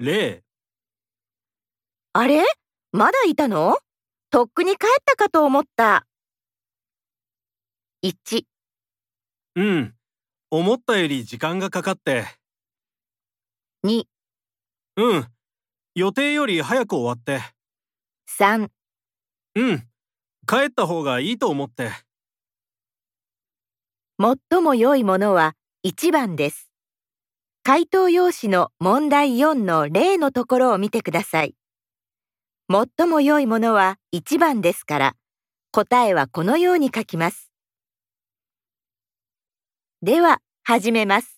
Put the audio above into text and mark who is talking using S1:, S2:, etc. S1: 0
S2: あれまだいたのとっくに帰ったかと思った。1、
S1: うん思ったより時間がかかって
S2: 2、
S1: うん予定より早く終わって
S2: 3、
S1: うん帰った方がいいと思って
S2: 最も良いものは1番です。回答用紙の問題4の0のところを見てください。最も良いものは1番ですから、答えはこのように書きます。では、始めます。